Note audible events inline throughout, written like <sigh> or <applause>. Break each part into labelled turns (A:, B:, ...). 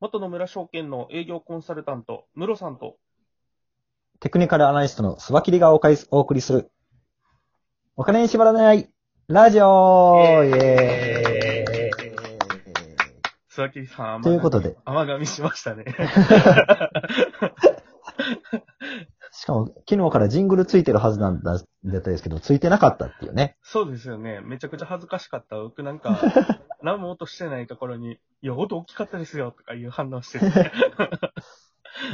A: 元野村証券の営業コンサルタント、ムロさんと、
B: テクニカルアナリストのスワキリがおかりお送りする、お金に縛られないラジオイエーイ
A: 須崎さん、
B: ということで、
A: 甘噛みしましたね。 <laughs>
B: しかも昨日からジングルついてるはずなんだ、だったんですけど、ついてなかったっていうね。
A: そうですよね。めちゃくちゃ恥ずかしかった。僕なん
B: <laughs>
A: か、何も音してないところに、いや、音大きかったですよ、とかいう反応して
B: <laughs>
A: て。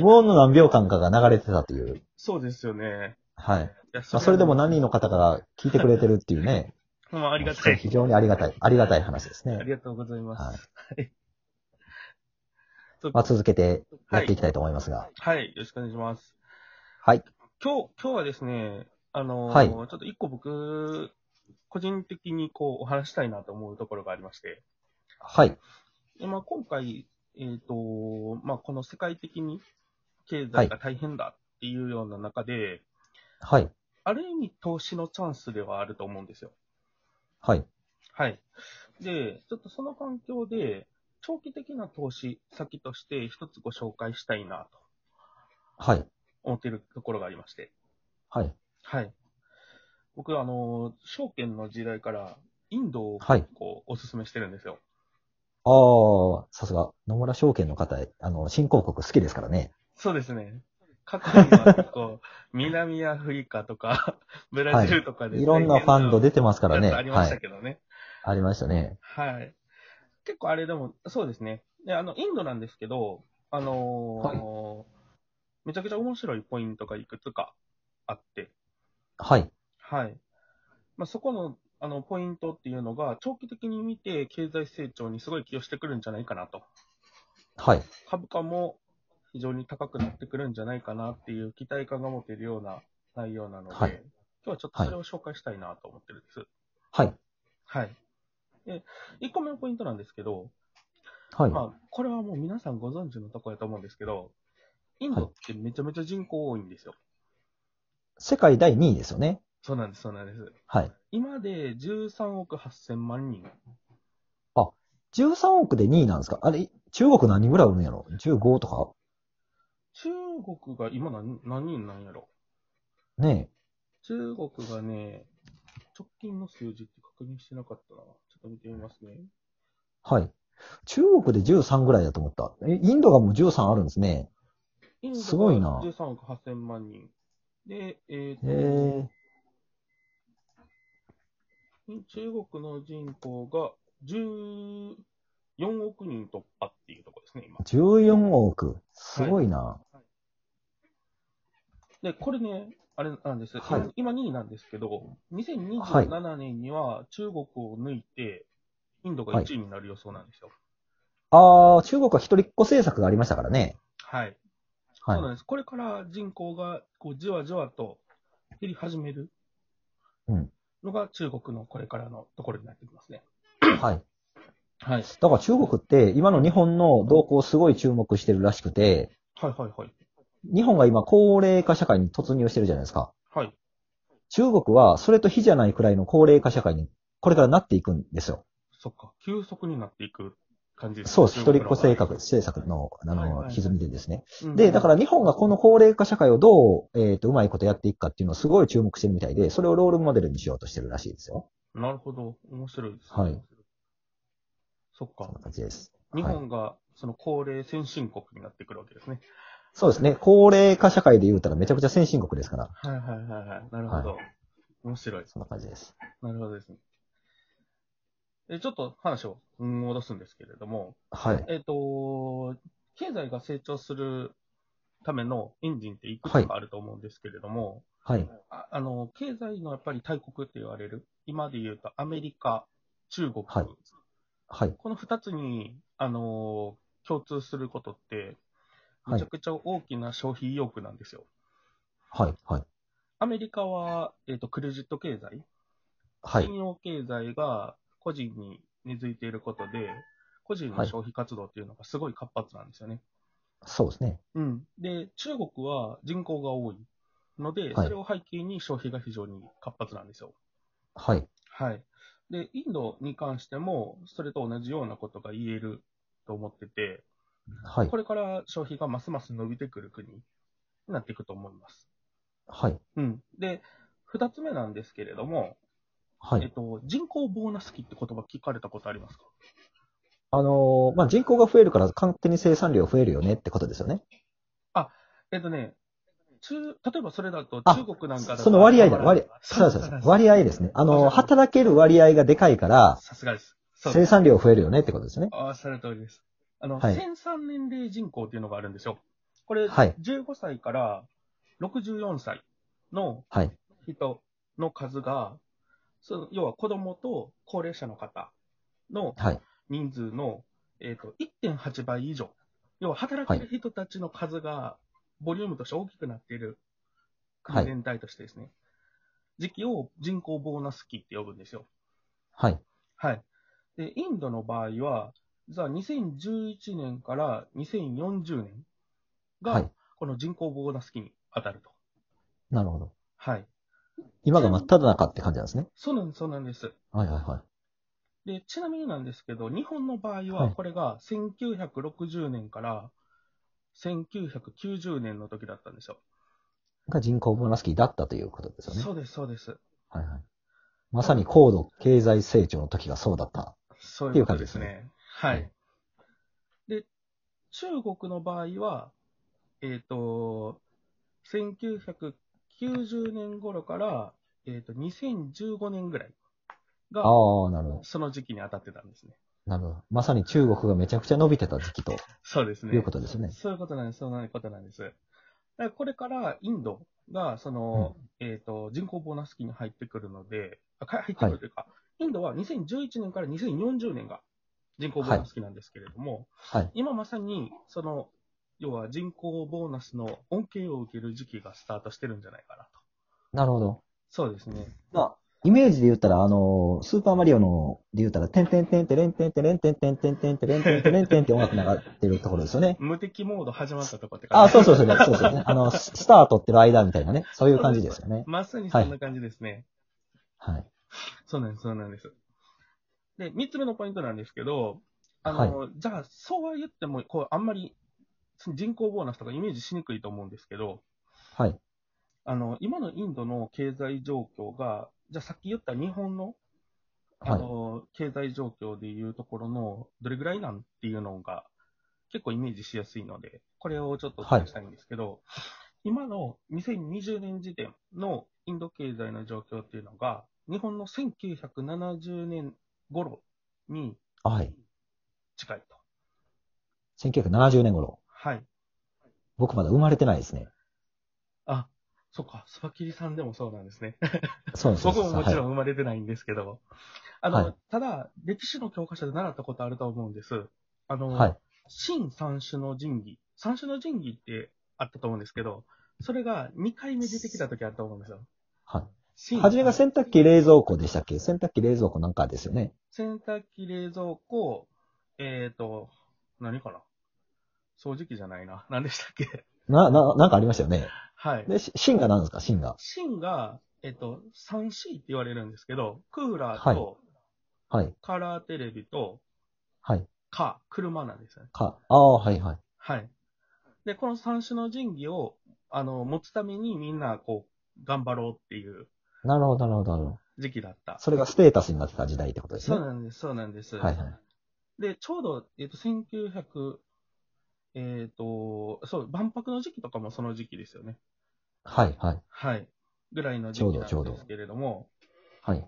B: 無音の何秒間かが流れてたという。
A: そうですよね。
B: はい。
A: いや
B: まあ、それでも何人
A: の。
B: の方が聞いてくれてるっていうね。
A: ほんまあ、りがたい
B: 非。常にありがたい、ありがたい話です
A: あ
B: ね。
A: りがとうございます。はい。
B: まあ、続けてやっていきた
A: い。
B: いと思いますが。
A: はい、よろしくお願いします。
B: はい。
A: 今日、今日はですね、あのー
B: はい
A: ちょっと一個僕、個人的にこう、お話したいなと思うところがありまして、
B: はい。
A: でまあ、今回、えっ、と、まあ、この世界的に経
B: は
A: 済
B: い
A: が大変だっていうような中で、
B: はい。
A: ある意味投資のチャンスではあると思うんですよ。
B: はい。
A: はい。で、ちょっとその環境で、長期的な投資先として一つご紹介したいなと
B: はい。
A: 思っているところがありまして。
B: はい。
A: はい。僕、あの、証券の時代からインドを
B: はい。
A: こうおすすめしてるんですよ。
B: ああ、さすが、野村証券の方、あの、新興国好きですからね。
A: そうですね。過去には結構、南アフリカとか、 <laughs> ブラジルとかで、
B: いろんなファンド出てますからね。
A: やつありま
B: は
A: した
B: い。
A: けどね。
B: ありましたね。
A: はい。結構あれでも、そうですね。で、あの、インドなんですけど、あのーめちゃくちゃ面白いポイントがいくつかあって、
B: はい。
A: はい。まあ、そこの、あの、ポイントっていうのが、長期的に見て経済成長にすごい寄与してくるんじゃないかなと。
B: はい。
A: 株価も非常に高くなってくるんじゃないかなっていう期待感が持てるような内容なので、
B: はい
A: 今日はちょっとそれを紹介したいなと思ってるんです。
B: はい。
A: はい。で、1個目のポイントなんですけど、
B: はい。
A: まあ、これはもう皆さんご存知のところやと思うんですけど、インドってめちゃめちゃ人口多いんですよ。
B: 世界第2位ですよね。
A: そうなんです、そうなんです。
B: はい。
A: 今で13億8000万人。
B: 13億で2位なんですかあれ、中国何人ぐらいおるんやろ ?15 とか
A: 中国が今何何人なんやろ
B: ね
A: 中国がね、直近の数字って確認してなかったな。ちょっと見てみますね。
B: え。はい。中国で13ぐらいだと思った。え、インドがもう13あるんですね。
A: インドが
B: すごいな
A: 13億8000万人。で、え
B: へ
A: ーと、
B: え。
A: 中国の人口が14億人突破っていうところですね、今。
B: 14億。すごいな。
A: で、これね、あれなんです。
B: はい
A: 今2位なんですけど、2027年には中国を抜いて、インドが1位になる予想なんですよ。
B: ああ、中国は一人っ子政策がありましたからね。
A: はい。
B: は。
A: そうないんです。これから人口がこうじわじわと減り始める
B: うん
A: のが中国のこれからのところになってきますね。
B: はい。
A: はい。
B: だから中国って今の日本の動向をすごい注目してるらしくて、
A: はいはいはい。
B: 日本が今高齢化社会に突入してるじゃないですか。
A: はい。
B: 中国はそれと比じゃないくらいの高齢化社会にこれからなっていくんですよ。
A: そっか。急速になっていく感じですね
B: そうです。一
A: 中
B: 人
A: 国
B: っ
A: の
B: 子
A: 場合
B: 政策、政策の、あ
A: はいはいは
B: の、
A: い
B: 歪みでですね。
A: うん
B: で、だから日本がこの高齢化社会をどう、えっ、と、うまいことやっていくかっていうのをすごい注目してるみたいで、それをロールモデルにしようとしてるらしいですよ。
A: なるほど。面白いです、
B: はい。
A: そっか
B: そんな。感じです。
A: 日
B: はい、
A: 本がその高齢先進国になってくるわけですね。
B: そうですね。高齢化社会で言うたらめちゃくちゃ先進国ですから、
A: はいはいはいはい。なるほど。
B: は
A: 面白い。
B: そんな感じです。
A: なるほどですね。えちょっと話を戻すんですけれども、
B: はい。
A: えっ、と、経済が成長するためのエンジンっていくつかあると思うんですけれども、
B: はい。
A: ああの、経済のやっぱり大国って言われる、今で言うとアメリカ、中国、
B: はいはい。
A: この二つに、あの共通することって、
B: はい
A: めちゃくちゃ大きな消費意欲なんですよ。
B: はい。はい。
A: アメリカは、えっとクレジット経済、
B: はい。
A: 信用経済が個人に根付いていることで、個人の消費活動っていうのがすごい活発なんですよね。
B: そうですね。
A: うん、で、中国は人口が多いので、
B: はい
A: それを背景に消費が非常に活発なんですよ。
B: はい。
A: はい。で、インドに関しても、それと同じようなことが言えると思ってて、
B: はい
A: こ。れから消費がますます伸びてくる国になっていくと思います。
B: はい。
A: うん。で、二つ目なんですけれども、
B: は
A: えっ
B: い。
A: と、人口ボーナス期って言葉聞かれたことありますか
B: あのーまあ、人口が増えるから、勝手に生産量増えるよねってことですよね。
A: えっとね、中、例えばそれだと
B: あ
A: 中国なんかだと。
B: その割合だ、割合。
A: そ
B: そうう
A: そ
B: そう
A: そ
B: うそうう。割合ですね。あのー働ける割合がでかいから、
A: さすがです。そうで
B: 生
A: す。
B: 産量増えるよねってことですね。
A: ああ、その通りです。あの、
B: はい
A: 1300年齢人口っていうのがあるんですよ。これ、
B: はい
A: 15歳から64歳の
B: はい。
A: 人の数が、その要は子供と高齢者の方の
B: はい。
A: 人数の、えー、と1.8倍以上、要は働ける人たちの数が、ボリュームとして大きくなっている
B: は
A: 国
B: い
A: 全体としてですね、時期を人口ボーナス期って呼ぶんですよ。
B: はい。
A: はい。で、インドの場合は、実は2011年から2040年
B: は
A: が
B: い、
A: この人口ボーナス期に当たると。
B: なるほど。
A: はい。
B: 今が真っ只中って感じなんですね。
A: そうなんです、そうなんです。
B: はいはいはい。
A: で、ちなみになんですけど、日本の場合
B: は
A: は、
B: い
A: これが1960年から1990年の時だったんですよ。
B: が人口ボーナス期だったということですよね。
A: そうです、そうです。
B: はいはい。まさに高度経済成長の時がそうだった。
A: そうい
B: っていうう
A: こと
B: 感
A: で
B: じ
A: す
B: です
A: ね。は
B: はいい。
A: で、中国の場合は、えっ、と、1990年頃から、えっ、と、2015年ぐらいが、
B: ああ、なるほど。
A: その時期に当たってたんですね。
B: なるほど。まさに中国がめちゃくちゃ伸びてた時期と
A: そうですね。
B: いうことですよね。
A: そういうことなんです、そういうことなんです。だからこれからインドが、その、えっ、と、人口ボーナス期に入ってくるので、あか入ってくるというか、インドは2011年から2040年が人口ボーナス期なんですけれども、
B: はい。
A: 今まさに、その、要は人口ボーナスの恩恵を受ける時期がスタートしてるんじゃないかなと。
B: なるほど。
A: そうですね。
B: まあ、イメージで言ったら、あの、スーパーマリオの、で言ったら、てんてんてんてれんてんてれんてんてんてんてんてれんてんてれんてんって音楽流ってるところですよね。
A: 無敵モード始まったとこって
B: あ
A: 感
B: あ、
A: じ。
B: そうそうそう、そうそう、ね。あの、ススタートってる間みたいなね。そういう感じですよね。
A: まさにそんな感じですね。
B: はい。
A: そうなんです、そうなんです。で、三つ目のポイントなんですけど、あの、じゃあ、そうは言っても、こう、あんまり人口ボーナスとかイメージしにくいと思うんですけど、
B: はい。
A: あの、今のインドの経済状況が、じゃあさっき言った日本の、あ
B: はい。
A: の、経済状況でいうところの、どれぐらいなんっていうのが、結構イメージしやすいので、これをちょっとお伝えしたいんですけど、今の2020年時点のインド経済の状況っていうのが、日本の1970年頃に
B: はい。
A: 近いと。
B: 1970年頃。
A: はい。
B: 僕まだ生まれてないですね。
A: あ、そっか、スパキリさんでもそうなんですね。
B: そうです。
A: 僕ももちろ
B: ん。
A: ん生まれてないんですけど、あの、
B: はい
A: ただ、歴史の教科書で習ったことあると思うんです。あの、
B: はい。
A: 新三種の神器。三種の神器ってあったと思うんですけど、それが2回目出てきた時あったと思うんですよ。
B: はい。
A: 新
B: はじめが洗濯機、冷蔵庫でしたっけ洗濯機、冷蔵庫なんかですよね。
A: 洗濯機、冷蔵庫、えっ、ー、と、何かな掃除機じゃない <laughs> な。何でしたっけ
B: な、な、なんかありましたよね。
A: はい。
B: で、し芯が何ですか芯が。
A: 芯が、えっ、と、3C って言われるんですけど、クーラーと、
B: はい。
A: カラーテレビと、
B: はい。
A: カー、車なんですよね。
B: か。ああ、はいはい。
A: はい。で、この三種の神器を、あの、持つためにみんな、こう、頑張ろうっていう
B: なるほど、なるほど、なるほど。
A: 時期だった。
B: それがステータスになってた時代ってことです
A: そう
B: ね。
A: なんです、そうなんです。
B: はいはい。
A: で、ちょうど、えっ、と、1900、えっ、と、そう、万博の時期とかもその時期ですよね。
B: はいはい。
A: はい。ぐらいの時
B: ちょう
A: 期
B: ど
A: なん
B: ちょうど
A: ですけれども、
B: はい。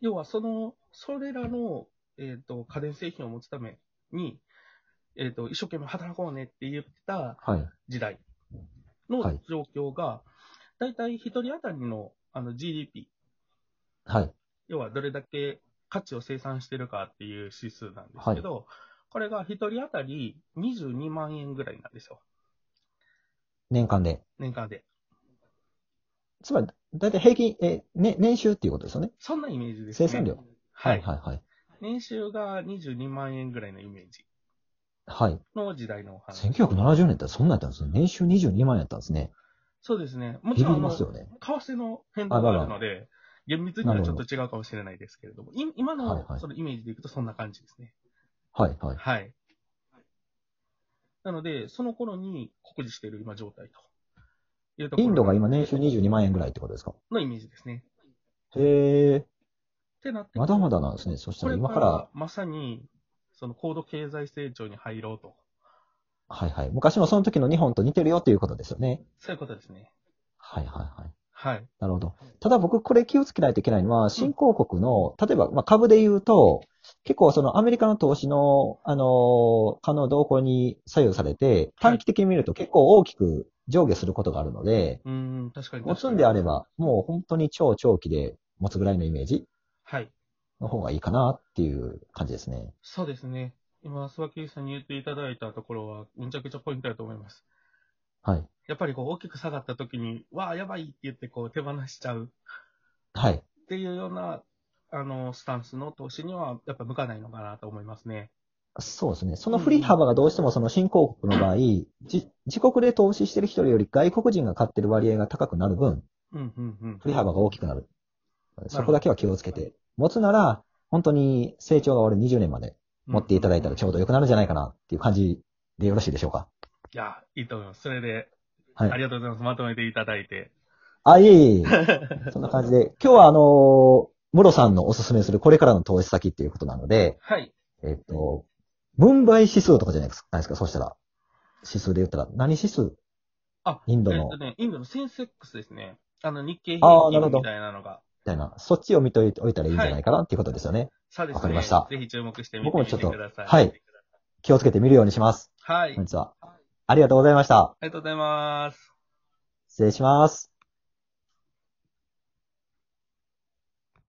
A: 要はその、それらの、えっ、と、家電製品を持つために、えっ、と、一生懸命働こうねって言った
B: はい。
A: 時代の
B: はい
A: 状況が、だいたい一人当たりの、あの、GDP、
B: はい。
A: 要はどれだけ価値を生産してるかっていう指数なんですけど、これが一人当たり22万円ぐらいなんですよ。
B: 年間で。
A: 年間で。
B: つまり、だいたい平均、え、ね、年収っていうことですよね。
A: そんなイメージですね。
B: 生産量。
A: はい。
B: はいはい。
A: 年収が22万円ぐらいのイメージ
B: はい。
A: の時代のお話。
B: 1970年ってそんなんやったんですね。年収22万円やったんですね。
A: そうですね。もち
B: ビビ
A: ろん、
B: り
A: あの
B: ます
A: 為
B: よね。
A: 替の変動があるので、厳密にはちょっと違うかもしれないですけれども、い今
B: はい
A: の
B: はい
A: そのイメージでいくとそんな感じですね。
B: はいはい。
A: はい。なので、その頃に酷似している今状態というとこ
B: イ
A: ろ
B: ンドが今年収22万円ぐらいってことですか
A: のイメージですね。
B: へえ、
A: ってなってくる
B: まだまだなんですね。そした
A: こ
B: ら
A: れ
B: 今
A: か
B: から
A: ら、まさに、その高度経済成長に入ろうと。
B: はいはい。昔のその時の日本と似てるよっていうことですよね。
A: そういうことですね。
B: はいはいはい。
A: はい。
B: なるほど。ただ僕これ気をつけないといけないのは、新興国の、例えばまあ株で言うと、結構そのアメリカの投資の、あの、可能動向に左右されて、短期的に見ると結構大きく上下することがあるので、
A: うーん、確かに
B: 持
A: 確
B: つ
A: か
B: ん
A: に。
B: であれば、もう本当に超長期で持つぐらいのイメージ
A: はい。
B: の方がいいかなっていう感じですね。
A: そうですね。今、諏訪切さんに言っていただいたところは、めちゃくちゃポイントだと思います。
B: はい。
A: やっぱりこう、大きく下がった時に、わあ、やばいって言って、こう、手放しちゃう
B: はい。
A: っていうような、あの、スタンスの投資には、やっぱ向かないのかなと思いますね。
B: そうですね。その振り幅がどうしてもその新興国の場合、じ自国で投資してる人より外国人が買ってる割合が高くなる分、
A: うん、うん、うん。
B: 振り幅が大きくなる。そこだけは気をつけて。持つなら、本当に成長が終わる20年まで持っていただいたらちょうど良くなるんじゃないかなっていう感じでよろしいでしょうか。
A: いや、いいと思います。それで、
B: はい
A: ありがとうございます。まとめていただいて。
B: あ、いえいえい <laughs> え。そんな感じで、今日はあのムロさんのおすすめするこれからの投資先っていうことなので、
A: はい。
B: えっと、分配指数とかじゃないですか、ないですか、そうしたら。指数で言ったら、何指数
A: あ、
B: インド
A: えっ
B: の
A: と、ね、インドのセンセックスですね。あの、日経
B: あ
A: 平
B: ーな
A: 均
B: るほど
A: みたいなのが。
B: みたいな、そっちを見ておいたらいいんじゃないかなっていうことですよね。
A: そうですね。
B: わかりました
A: ぜひ注目してみて
B: 僕
A: み
B: もち
A: て
B: ょっと
A: ください。
B: はい気をつけて見るようにします。
A: はい。あり
B: 本日は。ありがとうございました。
A: がとうございます。
B: 失礼します。